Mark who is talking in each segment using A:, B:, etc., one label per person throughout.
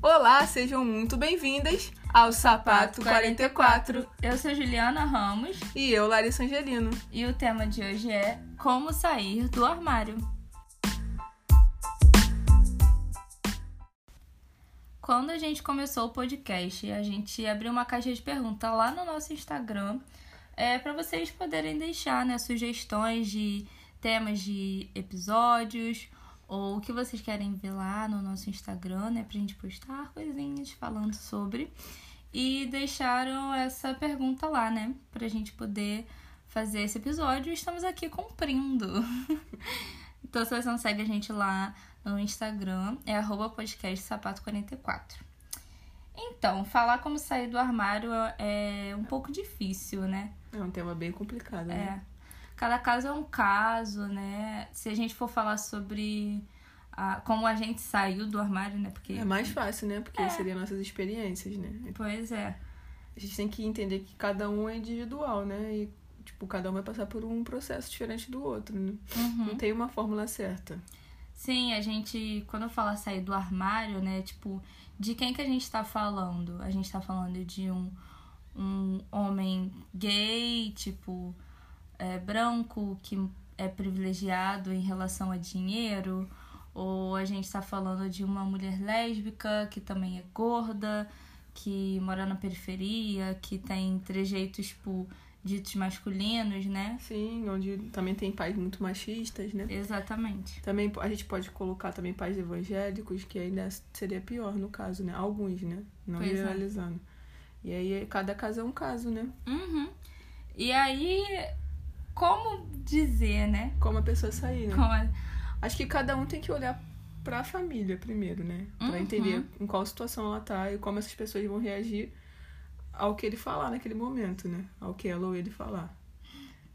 A: Olá, sejam muito bem-vindas ao Sapato 44.
B: Eu sou Juliana Ramos
A: E eu, Larissa Angelino.
B: e o tema de hoje é Como Sair do Armário. Quando a gente começou o podcast, a gente abriu uma caixa de pergunta lá no nosso Instagram é, para vocês poderem deixar né, sugestões de temas de episódios ou o que vocês querem ver lá no nosso Instagram, né? Pra gente postar coisinhas falando sobre. E deixaram essa pergunta lá, né? Pra gente poder fazer esse episódio e estamos aqui cumprindo. então, se você não segue a gente lá no Instagram, é arroba podcast sapato44. Então, falar como sair do armário é um pouco difícil, né?
A: É um tema bem complicado, né?
B: É. Cada caso é um caso, né? Se a gente for falar sobre a- como a gente saiu do armário, né? Porque.
A: É mais fácil, né? Porque seriam nossas experiências, né?
B: Pois é.
A: A gente tem que entender que cada um é individual, né? E, tipo, cada um vai passar por um processo diferente do outro, né?
B: Uhum.
A: Não tem uma fórmula certa.
B: Sim, a gente, quando eu falo sair do armário, né, tipo, de quem que a gente tá falando? A gente tá falando de um, um homem gay, tipo, é, branco, que é privilegiado em relação a dinheiro? Ou a gente tá falando de uma mulher lésbica, que também é gorda, que mora na periferia, que tem trejeitos, tipo, ditos masculinos, né?
A: Sim, onde também tem pais muito machistas, né?
B: Exatamente.
A: Também a gente pode colocar também pais evangélicos, que ainda seria pior no caso, né? Alguns, né? Não
B: Pois é.
A: generalizando. E aí cada caso é um caso, né?
B: Uhum. E aí, como dizer, né?
A: Como a pessoa sair, né?
B: Como é? a-
A: Acho que cada um tem que olhar pra família primeiro, né? Pra
B: Uhum.
A: entender em qual situação ela tá e como essas pessoas vão reagir ao que ele falar naquele momento, né? Ao que ela ou ele falar.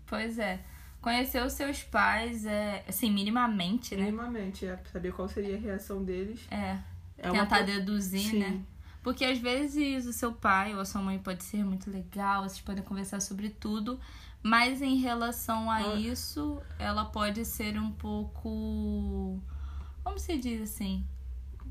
B: Pois é. Conhecer os seus pais é, assim, minimamente, né?
A: Minimamente, é saber qual seria a reação deles.
B: É.
A: É uma
B: tentar
A: pro-
B: deduzir,
A: Sim.
B: né? Porque às vezes o seu pai ou a sua mãe pode ser muito legal, vocês podem conversar sobre tudo, mas em relação a
A: Ela-
B: isso, ela pode ser um pouco. Como se diz assim?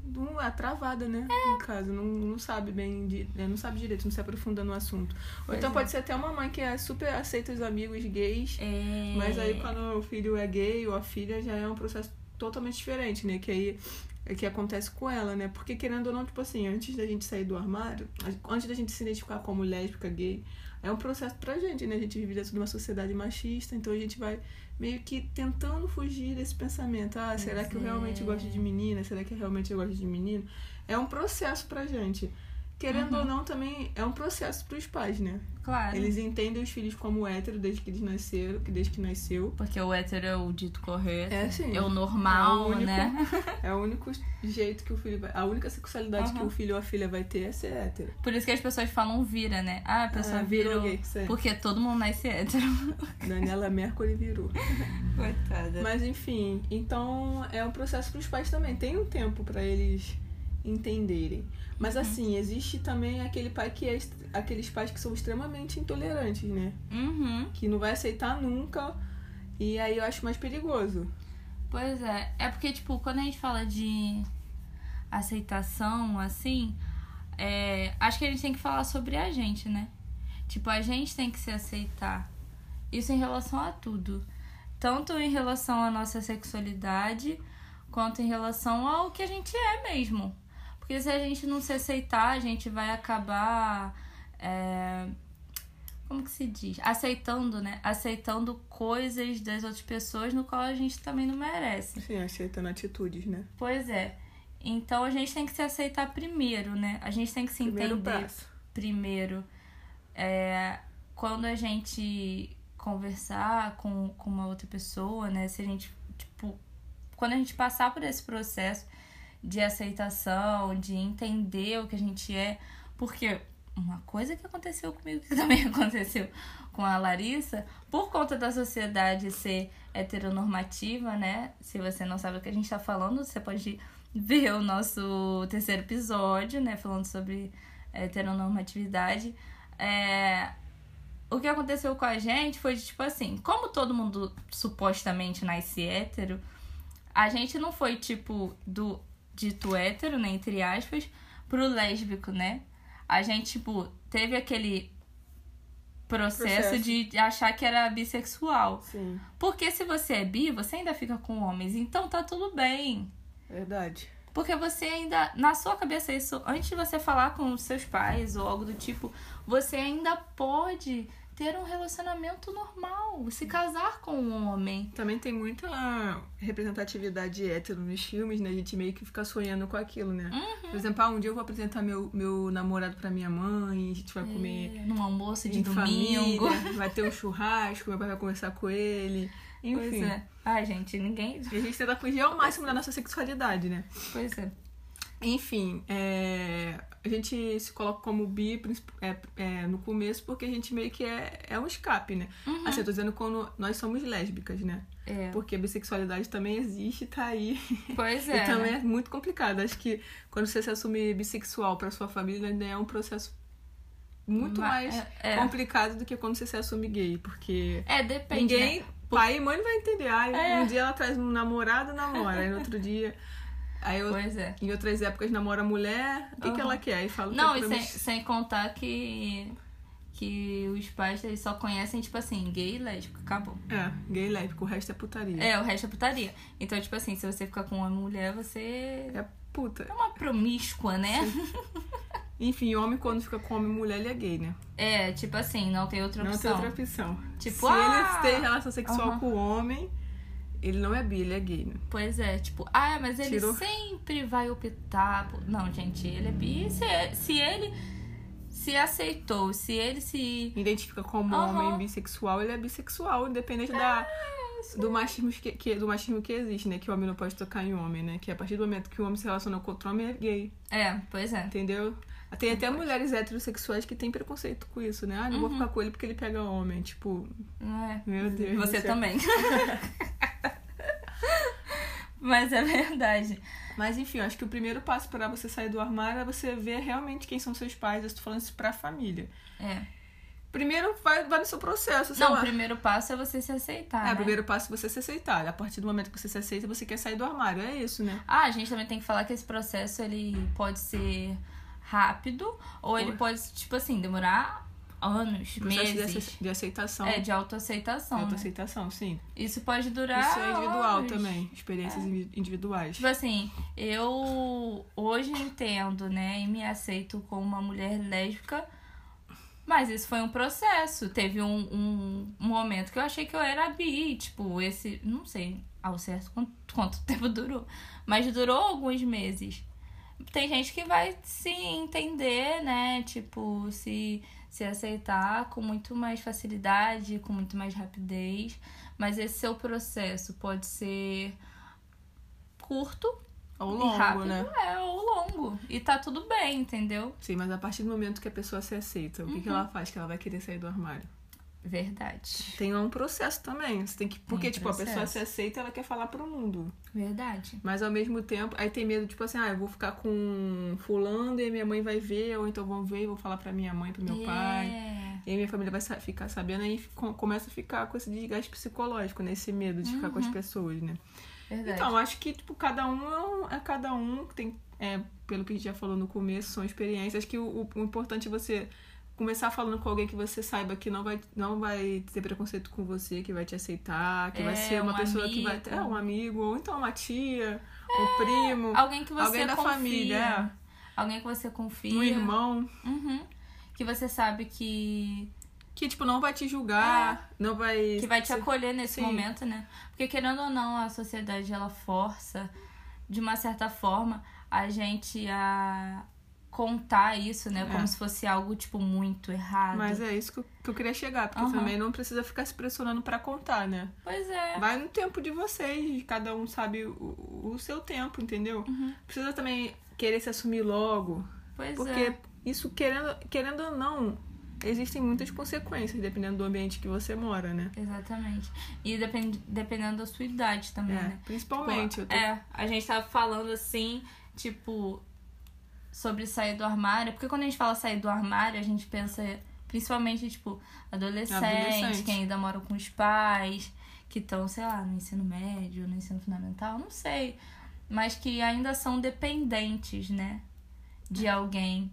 A: não é travada, né? No caso, não, não sabe bem, di- né? não sabe direito, não se aprofunda no assunto. Ou
B: Pois
A: então
B: é.
A: pode ser até uma mãe que é super aceita os amigos gays,
B: É...
A: mas aí quando o filho é gay ou a filha já é um processo totalmente diferente, né? Que aí é que acontece com ela, né? Porque querendo ou não, tipo assim, antes da gente sair do armário, a- antes da gente se identificar como lésbica, gay, é um processo pra gente, né? A gente vive dentro de uma sociedade machista, então a gente vai meio que tentando fugir desse pensamento. Ah, será que eu
B: é.
A: realmente gosto de menina? Será que eu realmente eu gosto de menino? É um processo pra gente. Querendo ou não, também é um processo pros pais, né?
B: Claro.
A: Eles entendem os filhos como hétero desde que eles nasceram, que desde que nasceu.
B: Porque o hétero é o dito correto.
A: É, sim.
B: É o normal,
A: É o único.
B: né?
A: É o único jeito que o filho vai. A única sexualidade
B: Aham.
A: que o filho ou a filha vai ter é ser hétero.
B: Por isso que as pessoas falam vira, né? Ah, a pessoa
A: Ah,
B: virou.
A: gay, isso aí.
B: Porque todo mundo nasce hétero.
A: Daniela Mercury virou.
B: Coitada.
A: Mas enfim, então é um processo para os pais também. Tem um tempo para eles entenderem. Mas assim, existe também aquele pai que é est- aqueles pais que são extremamente intolerantes, né?
B: Uhum.
A: Que não vai aceitar nunca. E aí eu acho mais perigoso.
B: Pois é. É porque, tipo, quando a gente fala de aceitação, assim, é, acho que a gente tem que falar sobre a gente, né? Tipo, a gente tem que se aceitar. Isso em relação a tudo. Tanto em relação à nossa sexualidade, quanto em relação ao que a gente é mesmo. Porque se a gente não se aceitar, a gente vai acabar. é, como que se diz? Aceitando, né? Aceitando coisas das outras pessoas no qual a gente também não merece.
A: Sim, aceitando atitudes, né?
B: Pois é. Então a gente tem que se aceitar primeiro, né? A gente tem que se
A: Primeiro
B: entender
A: passo.
B: primeiro. É, quando a gente conversar com, com uma outra pessoa, né? Se a gente, tipo, quando a gente passar por esse processo de aceitação, de entender o que a gente é, porque uma coisa que aconteceu comigo, que também aconteceu com a Larissa, por conta da sociedade ser heteronormativa, né? Se você não sabe o que a gente tá falando, você pode ver o nosso terceiro episódio, né? Falando sobre heteronormatividade. É, O que aconteceu com a gente foi de, tipo assim, como todo mundo supostamente nasce hétero, a gente não foi tipo do dito hétero, né? Entre aspas, pro lésbico, né? A gente, tipo, teve aquele processo,
A: Processo.
B: de achar que era bissexual.
A: Sim,
B: Porque se você é bi, você ainda fica com homens, então tá tudo bem.
A: verdade.
B: Porque você ainda, na sua cabeça, isso, antes de você falar com os seus pais ou algo do tipo, você ainda pode ter um relacionamento normal, se casar com um homem.
A: Também tem muita representatividade hétero nos filmes, né? A gente meio que fica sonhando com aquilo, né?
B: Uhum.
A: Por exemplo, ah, um dia eu vou apresentar meu, meu namorado pra minha mãe, a gente vai comer
B: É, Num almoço de
A: em
B: domingo.
A: família, vai ter um churrasco, meu pai vai conversar com ele.
B: Pois
A: Enfim.
B: é. Ai, gente, ninguém.
A: E a gente tenta fugir ao máximo da nossa sexualidade, né?
B: Pois é.
A: Enfim, é, a gente se coloca como bi princip- é, é, no começo porque a gente meio que é, é um escape, né? Assim, eu tô dizendo quando nós somos lésbicas, né?
B: Uhum. É.
A: Porque a bissexualidade também existe, tá aí.
B: Pois é.
A: E também é muito complicado. Acho que quando você se assume bissexual pra sua família, ainda é um processo muito
B: Ma-
A: mais
B: É, é.
A: complicado do que quando você se assume gay, porque
B: É, depende. né?
A: ninguém, pai e mãe não vai entender. Ai,
B: É.
A: Um dia ela traz um namorado, namora, aí no outro dia. Aí eu,
B: Pois é.
A: em outras épocas namora mulher, o que, que
B: Aham.
A: ela quer? Aí fala o que
B: Não, e
A: é
B: sem,
A: prometido.
B: sem contar que. Que os pais eles só conhecem, tipo assim, gay e lésbico, acabou.
A: É, gay lésbico, o resto é putaria.
B: É, o resto é putaria. Então, tipo assim, se você ficar com uma mulher, você
A: É puta.
B: é uma promíscua, né?
A: Enfim, homem quando fica com homem e mulher, ele é gay, né?
B: É, tipo assim, não tem outra
A: Não tem
B: opção.
A: outra opção.
B: Tipo,
A: Se
B: ah!
A: ele tem relação sexual
B: Aham.
A: com o homem, ele não é bi, ele é gay, né?
B: Pois é, tipo, ah, mas ele
A: Tirou.
B: sempre vai optar. por- Não, gente, ele é bi. Se, se ele se aceitou, se ele se.
A: Identifica como
B: Aham. Ah,
A: homem bissexual, ele é bissexual, independente da, do, machismo que, que- do machismo que existe, né? Que o homem não pode tocar em homem, né? Que a partir do momento que o homem se relaciona com outro homem, é gay.
B: É, pois é.
A: Entendeu? Tem até mulheres heterossexuais que têm preconceito com isso, né? Ah, não vou ficar com ele porque ele pega homem. Tipo,
B: É.
A: meu Deus.
B: Você
A: do céu.
B: também. mas é verdade.
A: Mas enfim, eu acho que o primeiro passo pra você sair do armário é você ver realmente quem são seus pais. Eu estou falando isso pra família.
B: É.
A: Primeiro vai, vai no seu processo, sei
B: não,
A: lá.
B: o primeiro passo é você se aceitar.
A: É,
B: né?
A: o primeiro passo é você se aceitar. A partir do momento que você se aceita, você quer sair do armário. É isso, né?
B: Ah, a gente também tem que falar que esse processo ele pode ser rápido ou ele
A: Pô.
B: pode, tipo assim, demorar anos,
A: Processo de
B: meses.
A: ace- de aceitação.
B: É, de autoaceitação. né?
A: Autoaceitação, sim.
B: Isso pode durar.
A: Isso é individual
B: anos.
A: também. Experiências indi- individuais.
B: Tipo assim, eu hoje entendo, né, e me aceito como uma mulher lésbica, mas isso foi um processo. Teve um, um momento que eu achei que eu era bi, tipo, esse, não sei ao certo quanto, quanto tempo durou, mas durou alguns meses. Tem gente que vai se entender, né, tipo, se, se aceitar com muito mais facilidade, com muito mais rapidez, mas esse seu processo pode ser curto
A: Ao
B: e
A: longo,
B: rápido
A: né?
B: é ou longo. E tá tudo bem, entendeu?
A: Sim, mas a partir do momento que a pessoa se aceita, o que, que
B: Uhum.
A: ela faz que ela vai querer sair do armário?
B: Verdade.
A: Tem um processo também. Você tem que. Porque, tipo, a pessoa
B: processo.
A: se aceita, ela quer falar pro mundo.
B: Verdade.
A: Mas ao mesmo tempo, aí tem medo, tipo assim, ah, eu vou ficar com fulano e minha mãe vai ver, ou então vão ver e vou falar pra minha mãe, pro meu pai.
B: É.
A: E aí minha família vai sa- ficar sabendo, aí co- começa a ficar com esse desgaste psicológico, né? Esse medo de ficar com as
B: Uhum.
A: pessoas, né?
B: Verdade.
A: Então, acho que, tipo, cada um é, um- é cada um que tem. É, pelo que a gente já falou no começo, são experiências. Acho que o, o importante é você começar falando com alguém que você saiba que não vai, não vai ter preconceito com você, que vai te aceitar, que
B: É,
A: vai ser uma
B: um
A: pessoa que vai
B: amigo.
A: ter é, um amigo, ou então uma tia, um primo,
B: alguém que você
A: alguém da
B: confia.
A: família, é.
B: Alguém que você confia.
A: um irmão.
B: Uhum. Que você sabe que,
A: Que, tipo, não vai te julgar, não vai.
B: É, que vai te acolher nesse
A: Sim.
B: momento, né? Porque querendo ou não, a sociedade ela força, de uma certa forma, a gente a contar isso, né?
A: É.
B: Como se fosse algo, tipo, muito errado.
A: Mas é isso que eu, que eu queria chegar, porque
B: Aham.
A: também não precisa ficar se pressionando pra contar, né?
B: Pois é.
A: Vai no tempo de vocês, cada um sabe o, o seu tempo, entendeu? Precisa também querer se assumir logo,
B: Uhum. Pois
A: porque
B: é.
A: isso, querendo, querendo ou não, existem muitas consequências, dependendo do ambiente que você mora, né?
B: Exatamente. E depend... dependendo da sua idade também,
A: É,
B: né?
A: principalmente. eu
B: Tipo,
A: tô-
B: É, a gente tá falando assim, tipo, sobre sair do armário. Porque quando a gente fala sair do armário, a gente pensa principalmente, tipo, adolescente,
A: Adolescente.
B: que ainda moram com os pais, que estão, sei lá, no ensino médio, no ensino fundamental, não sei. Mas que ainda são dependentes, né? de alguém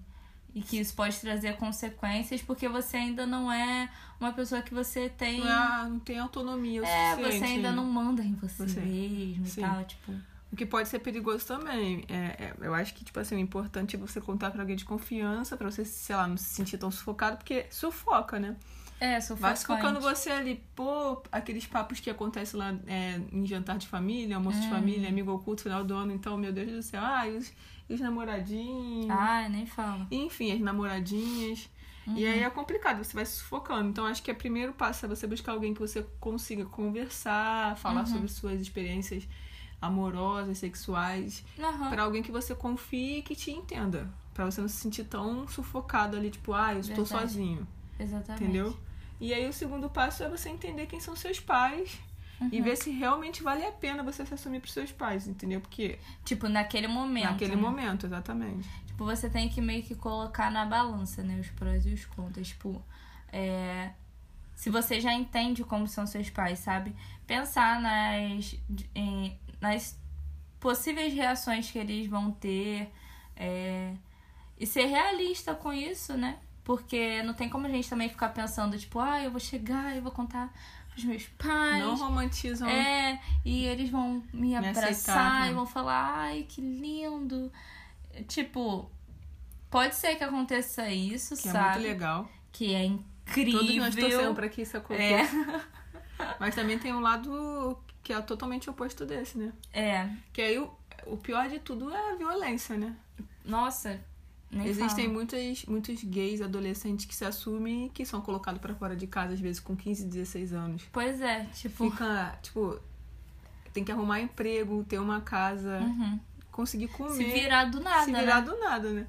B: e que isso pode trazer consequências porque você ainda não é uma pessoa que você tem.
A: Ah, não tem autonomia. o
B: é,
A: suficiente,
B: você ainda
A: né?
B: não manda em você,
A: Você.
B: mesmo
A: Sim.
B: e tal, tipo.
A: O que pode ser perigoso também. É, é, eu acho que, tipo assim, o importante é você contar pra alguém de confiança, pra você, sei lá, não se sentir tão sufocado, porque sufoca, né?
B: É, sou
A: Vai sufocando você ali, pô, aqueles papos que acontecem lá é, em jantar de família, almoço de família, amigo oculto, final do ano, então, meu Deus do céu, ah, e os, e os namoradinhos.
B: Ai, nem fala.
A: Enfim, as namoradinhas. E
B: Uhum.
A: aí é complicado, você vai se sufocando. Então acho que o primeiro passo é você buscar alguém que você consiga conversar, falar sobre suas experiências amorosas, sexuais,
B: Aham.
A: Pra alguém que você confie e que te entenda, Pra você não se sentir tão sufocado ali, tipo, ah, eu estou
B: Verdade.
A: sozinho,
B: Exatamente.
A: entendeu? E aí o segundo passo é você entender quem são seus pais
B: Uhum.
A: e ver se realmente vale a pena você se assumir pros seus pais, entendeu? Porque
B: Tipo, naquele momento.
A: naquele
B: né?
A: momento, exatamente.
B: Tipo, você tem que meio que colocar na balança, né? Os prós e os contras. Tipo, é... se você já entende como são seus pais, sabe? Pensar nas, em- nas possíveis reações que eles vão ter. é, E ser realista com isso, né? Porque não tem como a gente também ficar pensando, tipo, ah, eu vou chegar, eu vou contar pros meus pais.
A: Não romantizam.
B: É, e eles vão me abraçar
A: aceitar, né?
B: e vão falar, ai, que lindo. Tipo, pode ser que aconteça isso,
A: Que é
B: sabe?
A: muito legal.
B: Que é incrível.
A: Todos nós torcemos pra que isso
B: é,
A: aconteça. Mas também tem um lado que é totalmente oposto desse, né?
B: é.
A: Que aí o, o pior de tudo é a violência, né?
B: Nossa, nem
A: Existem
B: fala.
A: muitas, muitos gays adolescentes que se assumem e que são colocados pra fora de casa, às vezes com 15, 16 anos.
B: Pois é, tipo.
A: Fica, tipo, tem que arrumar emprego, ter uma casa,
B: uhum.
A: conseguir comer.
B: Se virar do nada,
A: se virar
B: né?
A: do nada, né?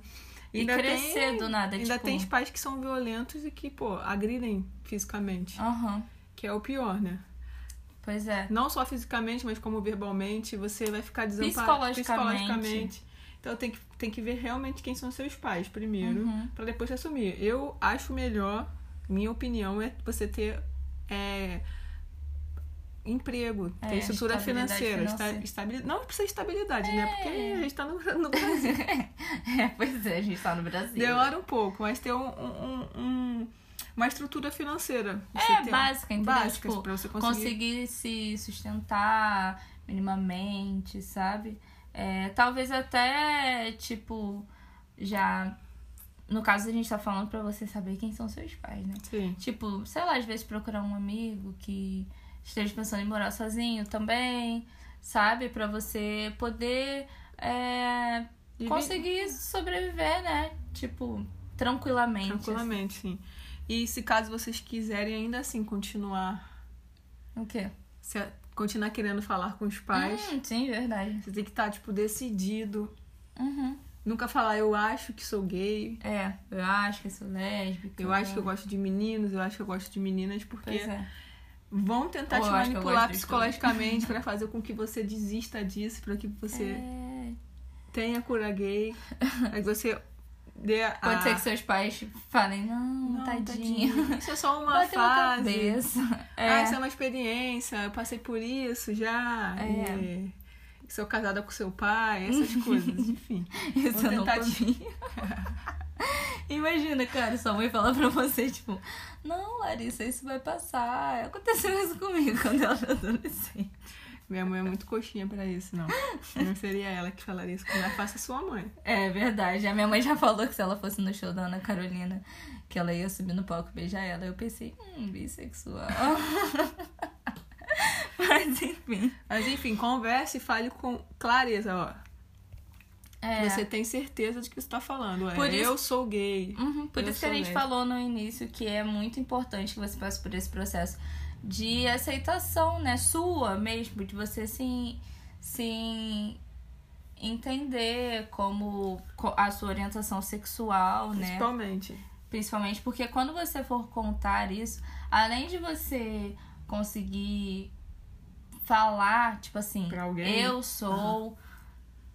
B: E crescer do nada,
A: Ainda
B: tipo-
A: tem os pais que são violentos e que, pô, agridem fisicamente.
B: Aham,
A: Que é o pior, né?
B: Pois é.
A: Não só fisicamente, mas como verbalmente, você vai ficar desamparado
B: Psicologicamente.
A: psicologicamente. Então tem que, tem que ver realmente quem são seus pais primeiro,
B: Uhum.
A: pra depois se assumir. Eu acho melhor, minha opinião, é você ter é, emprego,
B: É,
A: ter estrutura
B: estabilidade
A: financeira. esta-
B: financeira.
A: estabil- Não precisa de estabilidade, né? Porque a gente tá no, no Brasil.
B: É, pois é, a gente tá no Brasil.
A: Demora um pouco, mas ter um, um- um- uma estrutura financeira. Você
B: É,
A: ter-
B: básica, entendeu?
A: básica,
B: Tipo,
A: pra você conseguir.
B: conseguir se sustentar minimamente, sabe? É, talvez até, tipo, já. No caso, a gente tá falando pra você saber quem são seus pais, né?
A: Sim.
B: Tipo, sei lá, às vezes procurar um amigo que esteja pensando em morar sozinho também, sabe? Pra você poder é,
A: Viver-
B: conseguir sobreviver, né? Tipo, tranquilamente.
A: Tranquilamente, sim. E se caso vocês quiserem ainda assim continuar,
B: O quê?
A: se- continuar querendo falar com os pais,
B: Hum, sim, verdade.
A: você tem que estar tipo decidido.
B: Uhum.
A: Nunca falar eu acho que sou gay,
B: É, eu acho que eu sou lésbica.
A: eu acho que eu gosto de meninos, eu acho que eu gosto de meninas, porque
B: Uhum. Pois é.
A: vão tentar
B: Ou
A: te
B: eu acho que eu
A: manipular
B: gosto de
A: psicologicamente pra fazer com que você desista disso, pra que você
B: É.
A: tenha cura gay, aí você dê a
B: Pode ser que seus pais tipo, falem, não,
A: Ah. Não,
B: tadinha.
A: tadinho, Isso é só uma
B: Bateu a
A: fase.
B: cabeça.
A: Ah,
B: É,
A: isso é uma experiência, eu passei por isso já.
B: É.
A: e sou casada com seu pai, essas coisas, enfim.
B: isso
A: vou
B: eu não
A: tentar
B: comi. Imagina, cara, sua mãe fala pra você, tipo, não, Larissa, isso vai passar. Aconteceu isso comigo quando eu era adolescente.
A: Minha mãe é muito coxinha pra isso, não. Não seria ela que falaria isso, como é faça sua mãe.
B: É verdade. A minha mãe já falou que se ela fosse no show da Ana Carolina, que ela ia subir no palco e beijar ela. Eu pensei, hum, bissexual. Mas enfim.
A: Mas enfim, converse e fale com clareza, ó.
B: É.
A: Você tem certeza de que você tá falando. ó.
B: Por isso-
A: Eu sou gay.
B: Uhum, por
A: Eu
B: isso que a
A: sou
B: gente
A: lésbica.
B: falou no início que é muito importante que você passe por esse processo de aceitação, né? Sua mesmo, de você se, se entender como co- a sua orientação sexual, né?
A: Principalmente.
B: Principalmente porque quando você for contar isso, além de você conseguir falar, tipo assim,
A: Pra alguém?
B: eu sou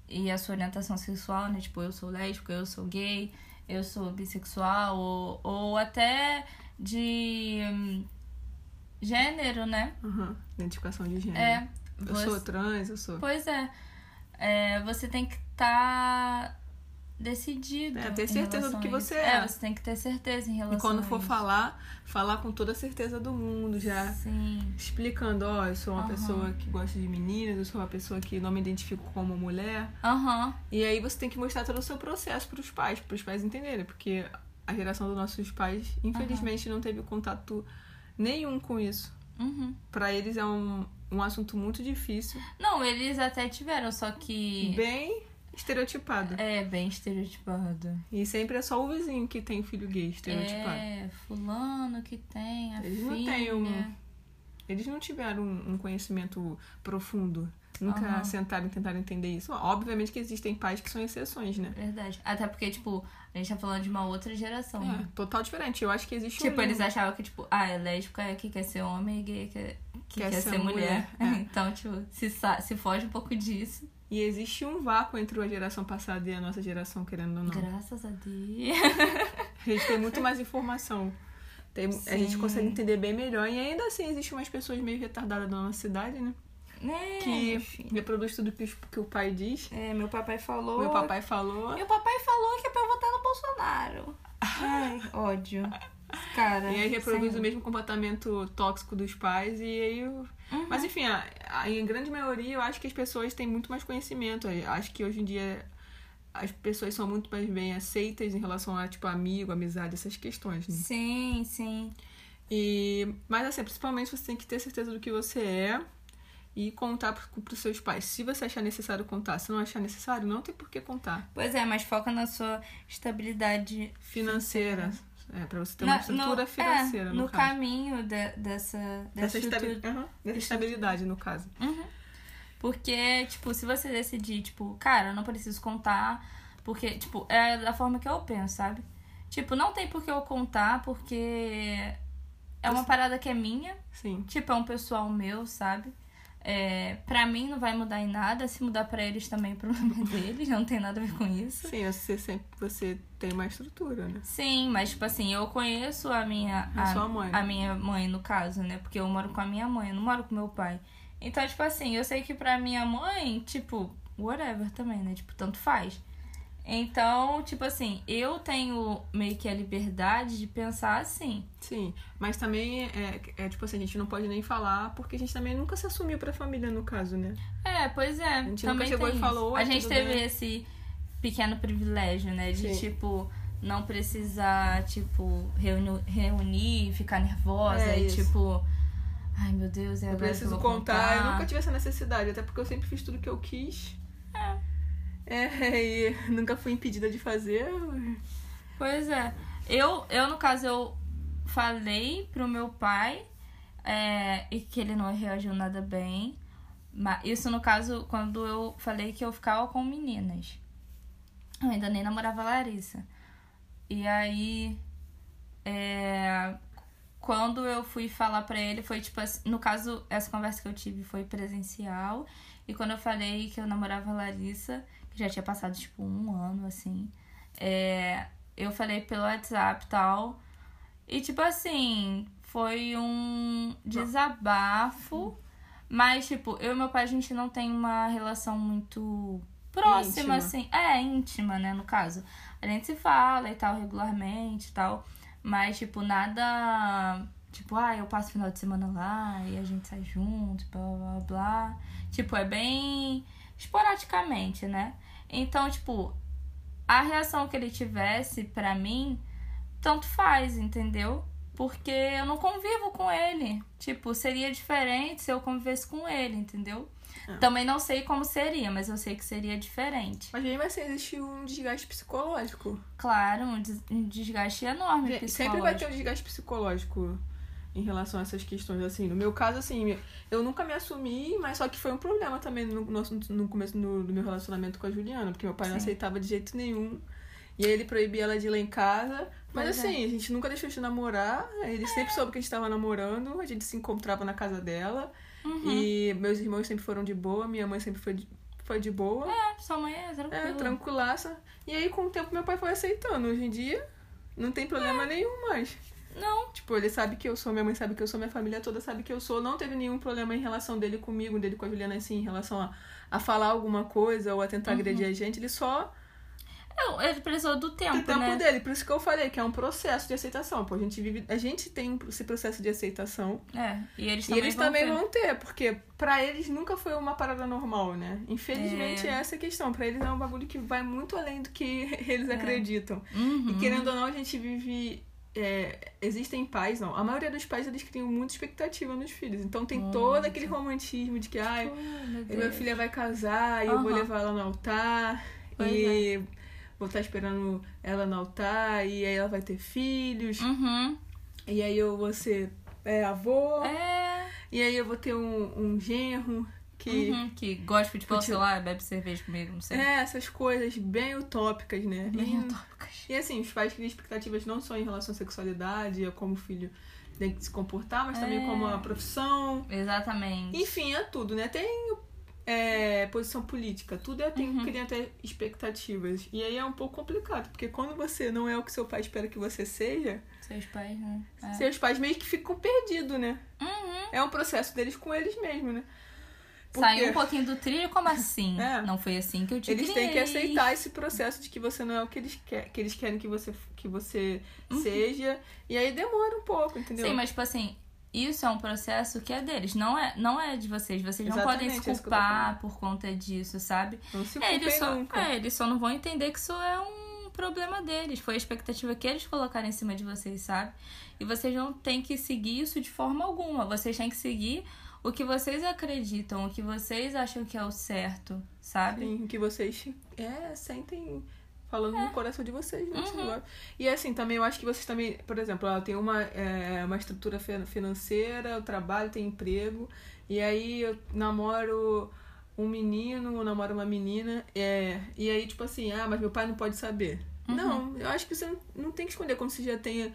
B: e a sua orientação sexual, né? Tipo, eu sou lésbico, eu sou gay, eu sou bissexual, ou, ou até de hum, gênero, né?
A: Aham. Identificação de gênero.
B: É.
A: Uhum. Eu
B: você-
A: sou trans, eu sou.
B: Pois é. É, você tem que estar decidido.
A: É, ter
B: em
A: certeza
B: relação
A: do que
B: a
A: você
B: isso.
A: é.
B: você tem que ter certeza em relação
A: E quando
B: a
A: for
B: isso.
A: falar, falar com toda a certeza do mundo, já
B: Sim.
A: explicando, ó, eu sou uma
B: Aham.
A: pessoa que gosta de meninas, eu sou uma pessoa que não me identifico como mulher.
B: Aham.
A: E aí você tem que mostrar todo o seu processo pros pais, pros pais entenderem, porque a geração dos nossos pais, infelizmente, não teve contato nenhum com isso.
B: Uhum.
A: Pra eles é um, um assunto muito difícil,
B: Não, eles até tiveram, só que.
A: bem estereotipado.
B: É, bem estereotipado.
A: E sempre é só o vizinho que tem filho gay estereotipado.
B: É, fulano que tem, a
A: Eles não
B: filha.
A: têm um- Eles não tiveram um um conhecimento profundo. Nunca
B: Aham.
A: sentaram e tentaram entender isso. Obviamente que existem pais que são exceções, né?
B: Verdade. Até porque, tipo, a gente tá falando de uma outra geração.
A: É,
B: né?
A: total diferente. Eu acho que existe um.
B: Tipo, eles achavam que, tipo, ah, é lésbica que quer ser homem e gay que, que quer, ser mulher.
A: É.
B: Então, tipo, se, sa- se foge um pouco disso.
A: E existe um vácuo entre a geração passada e a nossa geração, querendo ou não.
B: Graças a Deus.
A: A gente tem muito mais informação. Tem- a gente
B: Sim.
A: consegue entender bem melhor. E ainda assim, existem umas pessoas meio retardadas na nossa cidade, né?
B: Né?
A: Que-
B: enfim.
A: Reproduz tudo que, os- que o pai diz.
B: É, meu papai falou.
A: Meu papai falou.
B: Meu papai falou que é pra eu votar no Bolsonaro. Ai, ódio. Cara.
A: E aí reproduz
B: sério.
A: o mesmo comportamento tóxico dos pais. E aí o-
B: Uhum.
A: Mas enfim, a- a- em grande maioria eu acho que as pessoas têm muito mais conhecimento. Eu acho que hoje em dia as pessoas são muito mais bem aceitas em relação a tipo amigo, amizade, essas questões. Né?
B: Sim, sim.
A: E mas assim, principalmente você tem que ter certeza do que você é e contar pro, pros seus pais. Se você achar necessário contar, se não achar necessário, não tem por que contar.
B: Pois é, mas foca na sua estabilidade.
A: Financeira, é para você ter
B: Na-
A: uma estrutura
B: no-
A: financeira
B: é,
A: no,
B: no
A: caso.
B: caminho de- dessa, dessa
A: Dessa, estabi-
B: estrutura.
A: Aham, dessa estabilidade no caso.
B: Porque, tipo, se você decidir, tipo, cara, eu não preciso contar, porque, tipo, é da forma que eu penso, sabe? Tipo, não tem por que eu contar, porque é uma parada que é minha,
A: Sim.
B: tipo, é um pessoal meu, sabe? É, pra mim não vai mudar em nada, se mudar pra eles também é problema deles, não tem nada a ver com isso.
A: Sim, é você sempre você tem uma estrutura, né?
B: Sim, mas tipo assim, eu conheço a minha
A: A sua mãe.
B: a minha mãe no caso, né? Porque eu moro com a minha mãe, eu não moro com meu pai. Então, tipo assim, eu sei que pra minha mãe, tipo, whatever também, né? Tipo, tanto faz. Então, tipo assim, eu tenho meio que a liberdade de pensar assim.
A: Sim, mas também é, é tipo assim, a gente não pode nem falar porque a gente também nunca se assumiu pra família, no caso, né?
B: É, pois é.
A: gente nunca
B: também
A: chegou
B: tem
A: e falou,
B: isso.
A: "Oi,
B: A gente
A: tudo
B: teve
A: bem?"
B: esse pequeno privilégio, né? De
A: Sim.
B: tipo não precisar, tipo, reuni reunir, ficar nervosa
A: É,
B: e
A: isso.
B: tipo, ai meu Deus, é
A: Eu
B: agora que
A: preciso
B: eu vou
A: contar. eu nunca tive essa necessidade, até porque eu sempre fiz tudo que eu quis. É. e nunca fui impedida de fazer.
B: Pois é. Eu, eu, no caso, eu falei pro meu pai é, e que ele não reagiu nada bem. Mas isso, no caso, quando eu falei que eu ficava com meninas. Eu ainda nem namorava a Larissa. E aí, é, quando eu fui falar pra ele, foi tipo assim... No caso, essa conversa que eu tive foi presencial. E quando eu falei que eu namorava a Larissa, que já tinha passado, tipo, um ano, assim... É, eu falei pelo WhatsApp e tal. E, tipo assim, foi um desabafo. Mas, tipo, eu e meu pai, a gente não tem uma relação muito
A: Íntima.
B: próxima, assim. É, íntima, né, no caso. A gente se fala e tal, regularmente e tal. Mas, tipo, nada. Tipo, ah, eu passo o final de semana lá e a gente sai junto, blá blá blá, blá. Tipo, é bem esporadicamente, né? Então, tipo, a reação que ele tivesse pra mim, tanto faz, entendeu? Porque eu não convivo com ele. Tipo, seria diferente se eu convivesse com ele, entendeu?
A: É.
B: Também não sei como seria, mas eu sei que seria diferente.
A: Mas mesmo assim, existe um desgaste psicológico.
B: Claro, um des- um desgaste enorme.
A: Gente, Sempre
B: psicológico.
A: vai ter um desgaste psicológico em relação a essas questões, assim. No meu caso, assim, eu nunca me assumi, mas só que foi um problema também no, nosso, no começo no- do meu relacionamento com a Juliana, porque meu pai não
B: Sim.
A: aceitava de jeito nenhum. E aí ele proibia ela de ir lá em casa. Mas
B: Pois é.
A: assim, a gente nunca deixou de namorar. Ele sempre soube que a gente tava namorando. A gente se encontrava na casa dela.
B: Uhum.
A: E meus irmãos sempre foram de boa. Minha mãe sempre foi de, foi de boa.
B: É, sua mãe é tranquila.
A: É, tranquilaça. E aí, com o tempo, meu pai foi aceitando. Hoje em dia, não tem problema nenhum mais.
B: É. Não.
A: Tipo, ele sabe que eu sou, minha mãe sabe que eu sou, minha família toda sabe que eu sou. Não teve nenhum problema em relação dele comigo, dele
B: Uhum.
A: com a Juliana, assim, em relação a, a falar alguma coisa ou a tentar agredir a gente. Ele só
B: É, ele precisou do tempo,
A: Tem tempo
B: né?
A: dele, por isso que eu falei que é um processo de aceitação. Pô, a gente vive, a gente tem esse processo de aceitação
B: É, e eles
A: e
B: também
A: eles
B: vão
A: também
B: ter.
A: vão ter, porque pra eles nunca foi uma parada normal, né? Infelizmente
B: É.
A: é, essa a questão, Pra eles é um bagulho que vai muito além do que eles acreditam.
B: É. Uhum.
A: E querendo ou não, a gente vive. é, existem pais, não. A maioria dos pais eles criam muita expectativa nos filhos. Então tem todo aquele romantismo de que, ai,
B: Oh, meu
A: minha
B: Deus.
A: filha vai casar e eu vou
B: Aham.
A: levar ela no altar.
B: Pois é.
A: e vou estar esperando ela no altar. E aí ela vai ter filhos.
B: Uhum.
A: E aí eu vou ser é, avô.
B: É.
A: E aí eu vou ter um, um genro que.
B: Uhum, que gosta de futebol,
A: Futebol.
B: sei lá, bebe cerveja comigo, não sei.
A: É, essas coisas bem utópicas, né? E-
B: Bem utópicas.
A: E assim, os pais criam expectativas não só em relação à sexualidade, a como o filho tem que se comportar, mas também
B: É.
A: como a profissão.
B: Exatamente.
A: Enfim, é tudo, né? Tem é, posição política, tudo é, tem,
B: Uhum.
A: cria até expectativas. E aí é um pouco complicado, porque quando você não é o que seu pai espera que você seja,
B: Seus pais, né? É.
A: seus pais meio que ficam perdidos, né?
B: Uhum.
A: É um processo deles com eles mesmos, né?
B: Saiu um pouquinho do trilho, como assim?
A: É.
B: Não foi assim que eu te
A: Eles têm que
B: criei.
A: aceitar esse processo de que você não é o que eles, quer, que eles querem que você, que você seja. E aí demora um pouco, entendeu?
B: Uhum. Sim, mas tipo assim, isso é um processo que é deles, não é, não é de vocês. Vocês não podem
A: Exatamente, é
B: se
A: isso que eu tô
B: culpar por conta disso, sabe?
A: Não se
B: É,
A: culpem
B: eles só,
A: nunca.
B: é, eles só não vão entender que isso é um problema deles. Foi a expectativa que eles colocaram em cima de vocês, sabe? E vocês não têm que seguir isso de forma alguma. Vocês têm que seguir o que vocês acreditam, o que vocês acham que é o certo, sabe?
A: Sim, que vocês é, sentem falando no coração de vocês, né? esse
B: É. Uhum.
A: negócio. E assim, também eu acho que vocês também, por exemplo, ela tem uma, é, uma estrutura fin- financeira, eu trabalho, tem emprego, e aí eu namoro um menino, eu namoro uma menina, é, e aí tipo assim, ah, mas meu pai não pode saber.
B: Uhum.
A: Não, eu acho que você não, não tem que esconder quando você já tem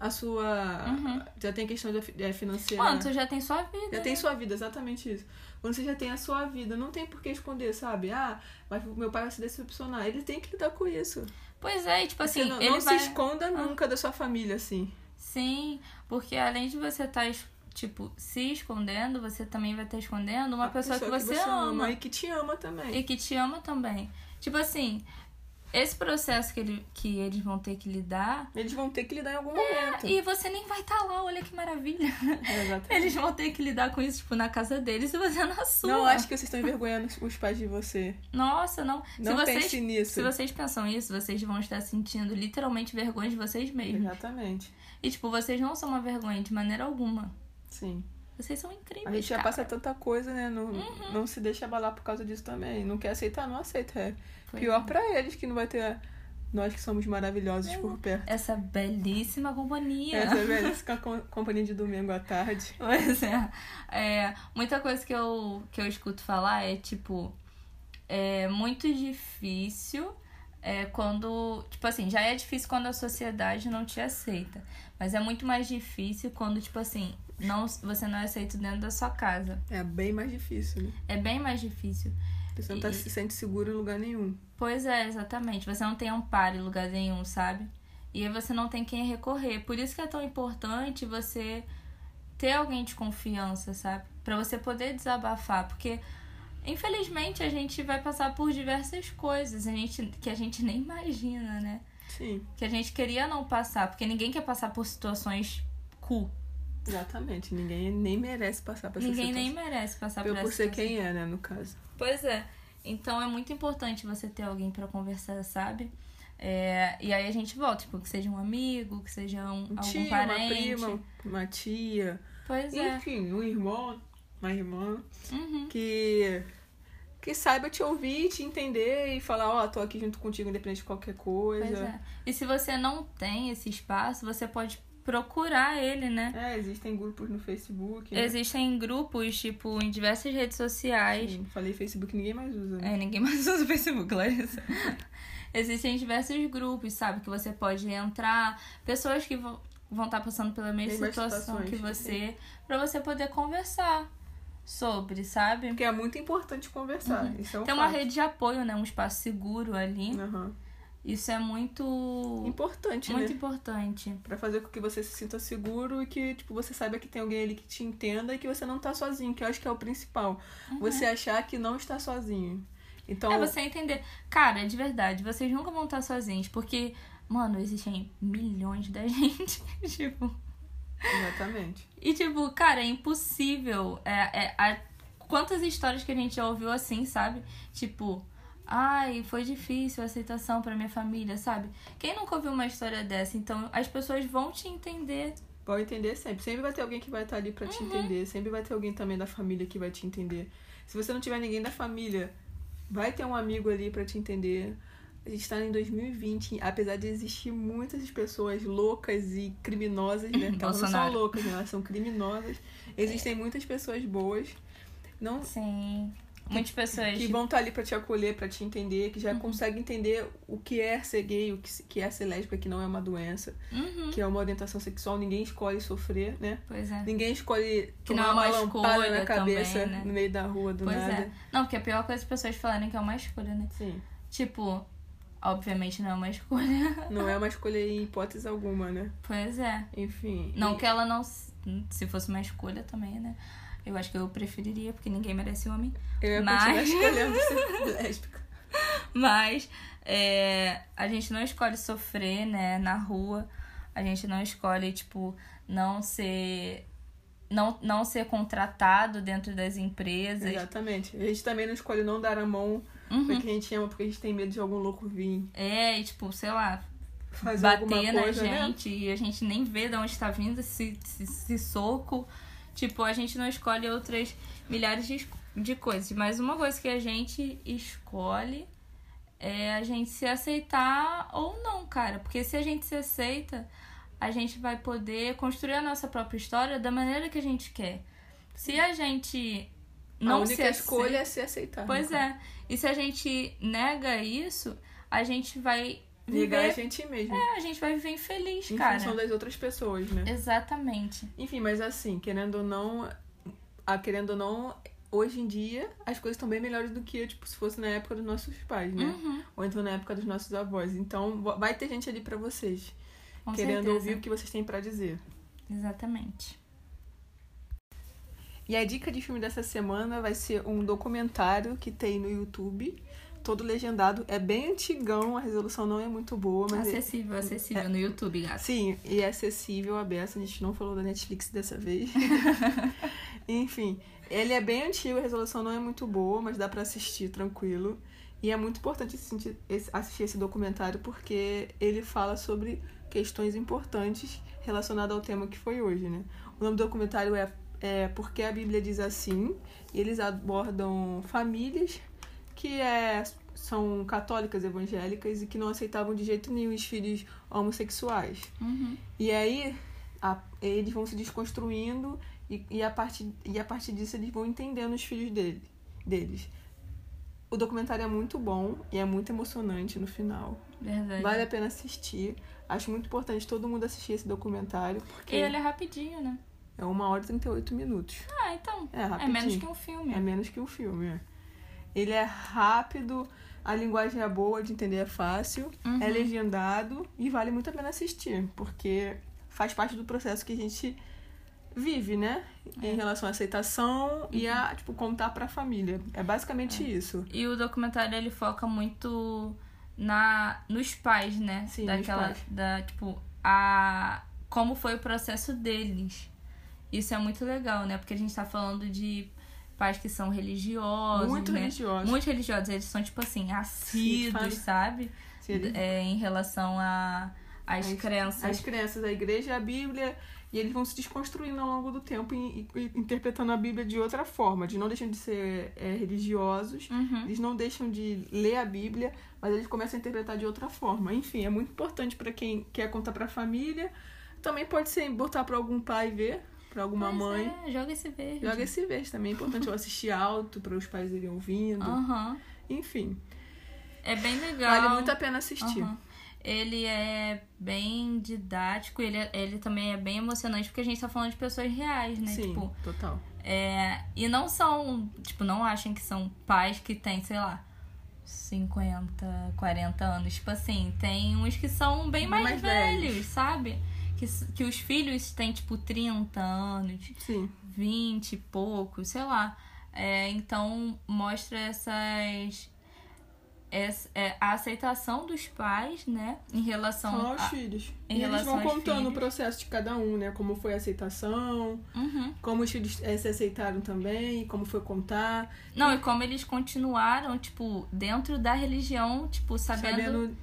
A: a sua.
B: Uhum.
A: Já tem a questão da fi- é, financeira.
B: Mano, tu já tem sua vida.
A: Já tem sua vida, exatamente isso. Quando você já tem a sua vida, não tem por que esconder, sabe? Ah, mas meu pai vai se decepcionar. Ele tem que lidar com isso.
B: Pois é, e, tipo assim,
A: Você não
B: ele
A: não
B: vai... Ah.
A: se esconda nunca da sua família, assim.
B: Sim, porque além de você estar, tipo, se escondendo, você também vai estar escondendo uma
A: A
B: pessoa, que você, ama.
A: e que te ama também.
B: E que te ama também. Tipo assim, esse processo que, ele, que eles vão ter que lidar.
A: Eles vão ter que lidar em algum momento.
B: É, E você nem vai estar lá, olha que maravilha.
A: Exatamente.
B: Eles vão ter que lidar com isso, tipo, na casa deles e você na sua.
A: Não acho que vocês estão envergonhando os pais de você.
B: Nossa, não.
A: Não
B: se vocês,
A: pense nisso.
B: se vocês pensam isso, vocês vão estar sentindo literalmente vergonha de vocês mesmos.
A: Exatamente.
B: E, tipo, vocês não são uma vergonha de maneira alguma.
A: Sim.
B: Vocês são
A: A
B: incríveis.
A: gente já
B: cara.
A: passa tanta coisa, né? Não,
B: Uhum.
A: não se deixa abalar por causa disso também. Não quer aceitar, não aceita. É
B: Pois
A: pior pra eles que não vai ter nós que somos maravilhosos
B: É.
A: por perto.
B: Essa belíssima companhia.
A: Essa é velha, fica com companhia de domingo à tarde.
B: Pois é. É, muita coisa que eu, que eu escuto falar é tipo. É muito difícil é, quando. Tipo assim, já é difícil quando a sociedade não te aceita. Mas é muito mais difícil quando, tipo assim, não, você não é aceito dentro da sua casa.
A: É bem mais difícil, né?
B: É bem mais difícil.
A: Você não tá,
B: E-
A: se sente seguro em lugar nenhum.
B: Pois é, exatamente. Você não tem um par em lugar nenhum, sabe? E aí você não tem quem recorrer. Por isso que é tão importante você ter alguém de confiança, sabe? Pra você poder desabafar, porque infelizmente a gente vai passar por diversas coisas, a gente que a gente nem imagina, né?
A: Sim,
B: Que a gente queria não passar, porque ninguém quer passar por situações cu.
A: exatamente. Ninguém nem merece passar por essa
B: Ninguém nem
A: situação.
B: merece passar
A: Pelo
B: por
A: por
B: essa
A: ser
B: situação.
A: quem é, né, no caso.
B: Pois é. Então é muito importante você ter alguém pra conversar, sabe? É, e aí a gente volta, tipo, que seja um amigo, que seja um,
A: Um
B: algum
A: tio, uma
B: parente.
A: prima, uma tia.
B: Pois é.
A: Enfim, um irmão, uma irmã.
B: Uhum.
A: Que... Que saiba te ouvir, te entender e falar, ó, tô aqui junto contigo, independente de qualquer coisa.
B: Pois é. E se você não tem esse espaço, você pode procurar ele, né?
A: É, existem grupos no Facebook.
B: É,
A: né?
B: Existem grupos, tipo, em diversas redes sociais.
A: Sim, Falei Facebook, ninguém mais usa, né?
B: É, ninguém mais usa o Facebook, Larissa. Existem diversos grupos, sabe? Que você pode entrar, pessoas que vão vão estar passando pela mesma
A: Mesmas
B: situação que
A: situações,
B: você, pra você poder conversar sobre, sabe?
A: Porque é muito importante conversar. Isso é um
B: Ter Uhum. uma
A: fato.
B: rede de apoio, né? Um espaço seguro ali.
A: Aham.
B: Isso é muito,
A: Importante,
B: muito
A: né?
B: importante.
A: Pra fazer com que você se sinta seguro e que, tipo, você saiba que tem alguém ali que te entenda e que você não tá sozinho, que eu acho que é o principal. Você achar que não está sozinho. Então,
B: Uhum. É você entender. Cara, de verdade, vocês nunca vão estar sozinhos, porque, mano, existem milhões da gente. tipo.
A: exatamente.
B: E, tipo, cara, é impossível. É, é, a- Quantas histórias que a gente já ouviu assim, sabe? Tipo, ai, foi difícil a aceitação pra minha família, sabe? Quem nunca ouviu uma história dessa? Então, as pessoas vão te entender.
A: Vão entender sempre. Sempre vai ter alguém que vai estar ali pra
B: Uhum.
A: te entender. Sempre vai ter alguém também da família que vai te entender. Se você não tiver ninguém da família, vai ter um amigo ali pra te entender. A gente tá em 2020, apesar de existir muitas pessoas loucas e criminosas, né? Porque Elas não são
B: Bolsonaro.
A: loucas, né? elas são criminosas. Existem muitas pessoas boas. Não,
B: Sim. Muitas pessoas.
A: que vão estar ali pra te acolher, pra te entender, que
B: Uhum.
A: já consegue entender o que é ser gay, o que se- que é ser lésbica, que não é uma doença,
B: Uhum.
A: que é uma orientação sexual, ninguém escolhe sofrer, né?
B: Pois é.
A: Ninguém escolhe
B: Que
A: tomar
B: não é uma
A: lampada
B: escolha
A: na cabeça
B: também, né?
A: no meio da rua do
B: pois
A: nada.
B: é. Não, porque a pior coisa é as pessoas falarem que é uma escolha, né?
A: Sim.
B: Tipo, obviamente não é uma escolha.
A: Não é uma escolha em hipótese alguma, né?
B: pois é.
A: Enfim.
B: Não
A: e-
B: que ela não. se- Se fosse uma escolha também, né? Eu acho que eu preferiria, porque ninguém merece homem.
A: eu ia
B: mas-
A: continuar escolhendo ser lésbica.
B: Mas é, a gente não escolhe sofrer, né? Na rua. A gente não escolhe, tipo, não ser. Não, não ser contratado dentro das empresas.
A: Exatamente. A gente também não escolhe não dar a mão
B: Uhum.
A: pra quem a gente ama, porque a gente tem medo de algum louco vir
B: É, e, tipo, sei lá,
A: fazer
B: bater
A: alguma
B: na
A: coisa, né?
B: gente e a gente nem vê de onde tá vindo esse, esse, esse soco. Tipo, a gente não escolhe outras milhares de, esco- de coisas. Mas uma coisa que a gente escolhe é a gente se aceitar ou não, cara. Porque se a gente se aceita, a gente vai poder construir a nossa própria história da maneira que a gente quer. Se a gente não
A: a
B: se
A: única
B: aceita,
A: escolha é se aceitar.
B: Pois é. E se a gente nega isso, a gente vai
A: Ligar é a
B: viver
A: gente mesmo.
B: É, a gente vai viver infeliz,
A: em
B: cara.
A: função das outras pessoas, né?
B: Exatamente.
A: Enfim, mas assim, querendo ou não, a, querendo ou não, hoje em dia as coisas estão bem melhores do que tipo, se fosse na época dos nossos pais, né?
B: Uhum,
A: Ou então na época dos nossos avós. Então vo- vai ter gente ali pra vocês,
B: com
A: querendo
B: certeza.
A: ouvir o que vocês têm pra dizer.
B: Exatamente.
A: E a dica de filme dessa semana vai ser um documentário que tem no YouTube, todo legendado. É bem antigão, a resolução não é muito boa, mas é-
B: acessível, acessível no YouTube, gato.
A: Sim, e é acessível a beça. A gente não falou da Netflix dessa vez. Enfim, ele é bem antigo, a resolução não é muito boa, mas dá pra assistir tranquilo. E é muito importante assistir esse, assistir esse documentário porque ele fala sobre questões importantes relacionadas ao tema que foi hoje, né? O nome do documentário é, é Porque a Bíblia diz assim. E eles abordam famílias que é, são católicas evangélicas e que não aceitavam de jeito nenhum os filhos homossexuais.
B: Uhum.
A: E aí a- eles vão se desconstruindo e, e, a partir, e a partir disso eles vão entendendo os filhos dele, deles. O documentário é muito bom e é muito emocionante no final.
B: Verdade.
A: Vale a pena assistir. Acho muito importante todo mundo assistir esse documentário, porque
B: E ele é rapidinho, né?
A: é 1 hora e 38 minutos.
B: Ah, então.
A: É
B: É
A: rapidinho.
B: menos que um filme.
A: É menos que um filme. é. Ele é rápido, a linguagem é boa de entender, é fácil,
B: Uhum.
A: é legendado e vale muito a pena assistir, porque faz parte do processo que a gente vive, né?
B: É.
A: Em relação à aceitação e
B: Uhum.
A: a, tipo, contar pra família. É basicamente isso.
B: E o documentário ele foca muito na nos pais, né?
A: Sim, nos
B: Daquela
A: pais.
B: da tipo a como foi o processo deles. Isso é muito legal, né? Porque a gente tá falando de pais que são religiosos,
A: Muito
B: né?
A: religioso.
B: Muito religiosos, eles são tipo assim, assíduos,
A: faz-
B: sabe?
A: Sim, ele-
B: É, em relação a às
A: As- As
B: crenças.
A: crianças, a igreja, a Bíblia, e eles vão se desconstruindo ao longo do tempo e, e- e interpretando a Bíblia de outra forma. Eles não deixam de ser é, religiosos,
B: Uhum.
A: Eles não deixam de ler a Bíblia, mas eles começam a interpretar de outra forma. Enfim, é muito importante para quem quer contar para a família. Também pode ser botar para algum pai ver, para alguma
B: Pois
A: mãe.
B: é, joga esse verde.
A: Joga esse vez também. É importante eu assistir alto para os pais irem ouvindo.
B: Aham.
A: Enfim,
B: É bem legal.
A: vale muito a pena assistir.
B: Aham. Ele é bem didático, ele, é- ele também é bem emocionante, porque a gente tá falando de pessoas reais, né?
A: Sim,
B: Tipo,
A: total.
B: é, e não são, tipo, não achem que são pais que têm, sei lá, 50, 40 anos. Tipo assim, tem uns que são bem
A: Bem
B: mais,
A: mais
B: velhos,
A: velhos.
B: sabe? Que, s- que os filhos têm, tipo, 30 anos.
A: Sim,
B: 20 e pouco, sei lá. É, então mostra essas essa- é, a aceitação dos pais, né? Em relação
A: Só os
B: a.
A: filhos.
B: em
A: e eles
B: relação
A: vão
B: aos
A: contando o
B: filhos.
A: processo de cada um, né? Como foi a aceitação,
B: Uhum.
A: como os filhos eh, se aceitaram também, como foi contar,
B: Não, e como eles continuaram, tipo, dentro da religião, tipo, sabendo,
A: sabendo.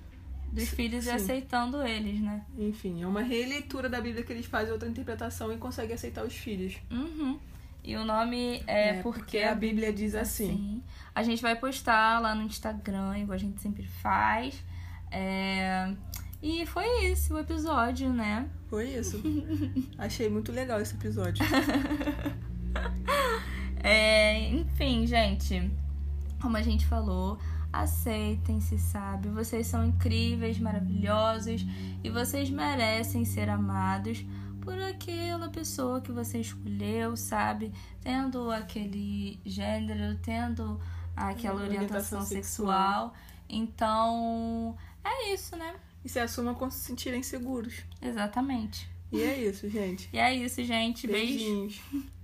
B: dos filhos
A: sim.
B: e aceitando eles, né?
A: Enfim, é uma releitura da Bíblia que eles fazem outra interpretação e conseguem aceitar os filhos.
B: Uhum. E o nome é, Porque
A: a Bíblia diz assim.
B: Sim. A gente vai postar lá no Instagram, igual a gente sempre faz. É, E foi esse o episódio, né?
A: Foi isso. Achei muito legal esse episódio.
B: É, Enfim, gente, como a gente falou, aceitem-se, sabe? Vocês são incríveis, maravilhosos e vocês merecem ser amados por aquela pessoa que você escolheu, sabe? Tendo aquele gênero, tendo aquela
A: Hum,
B: orientação,
A: orientação
B: sexual. Então, é isso, né?
A: E se assumam quando se sentirem seguros.
B: Exatamente.
A: E é isso, gente.
B: E é isso, gente. Beijo.
A: Beijinhos.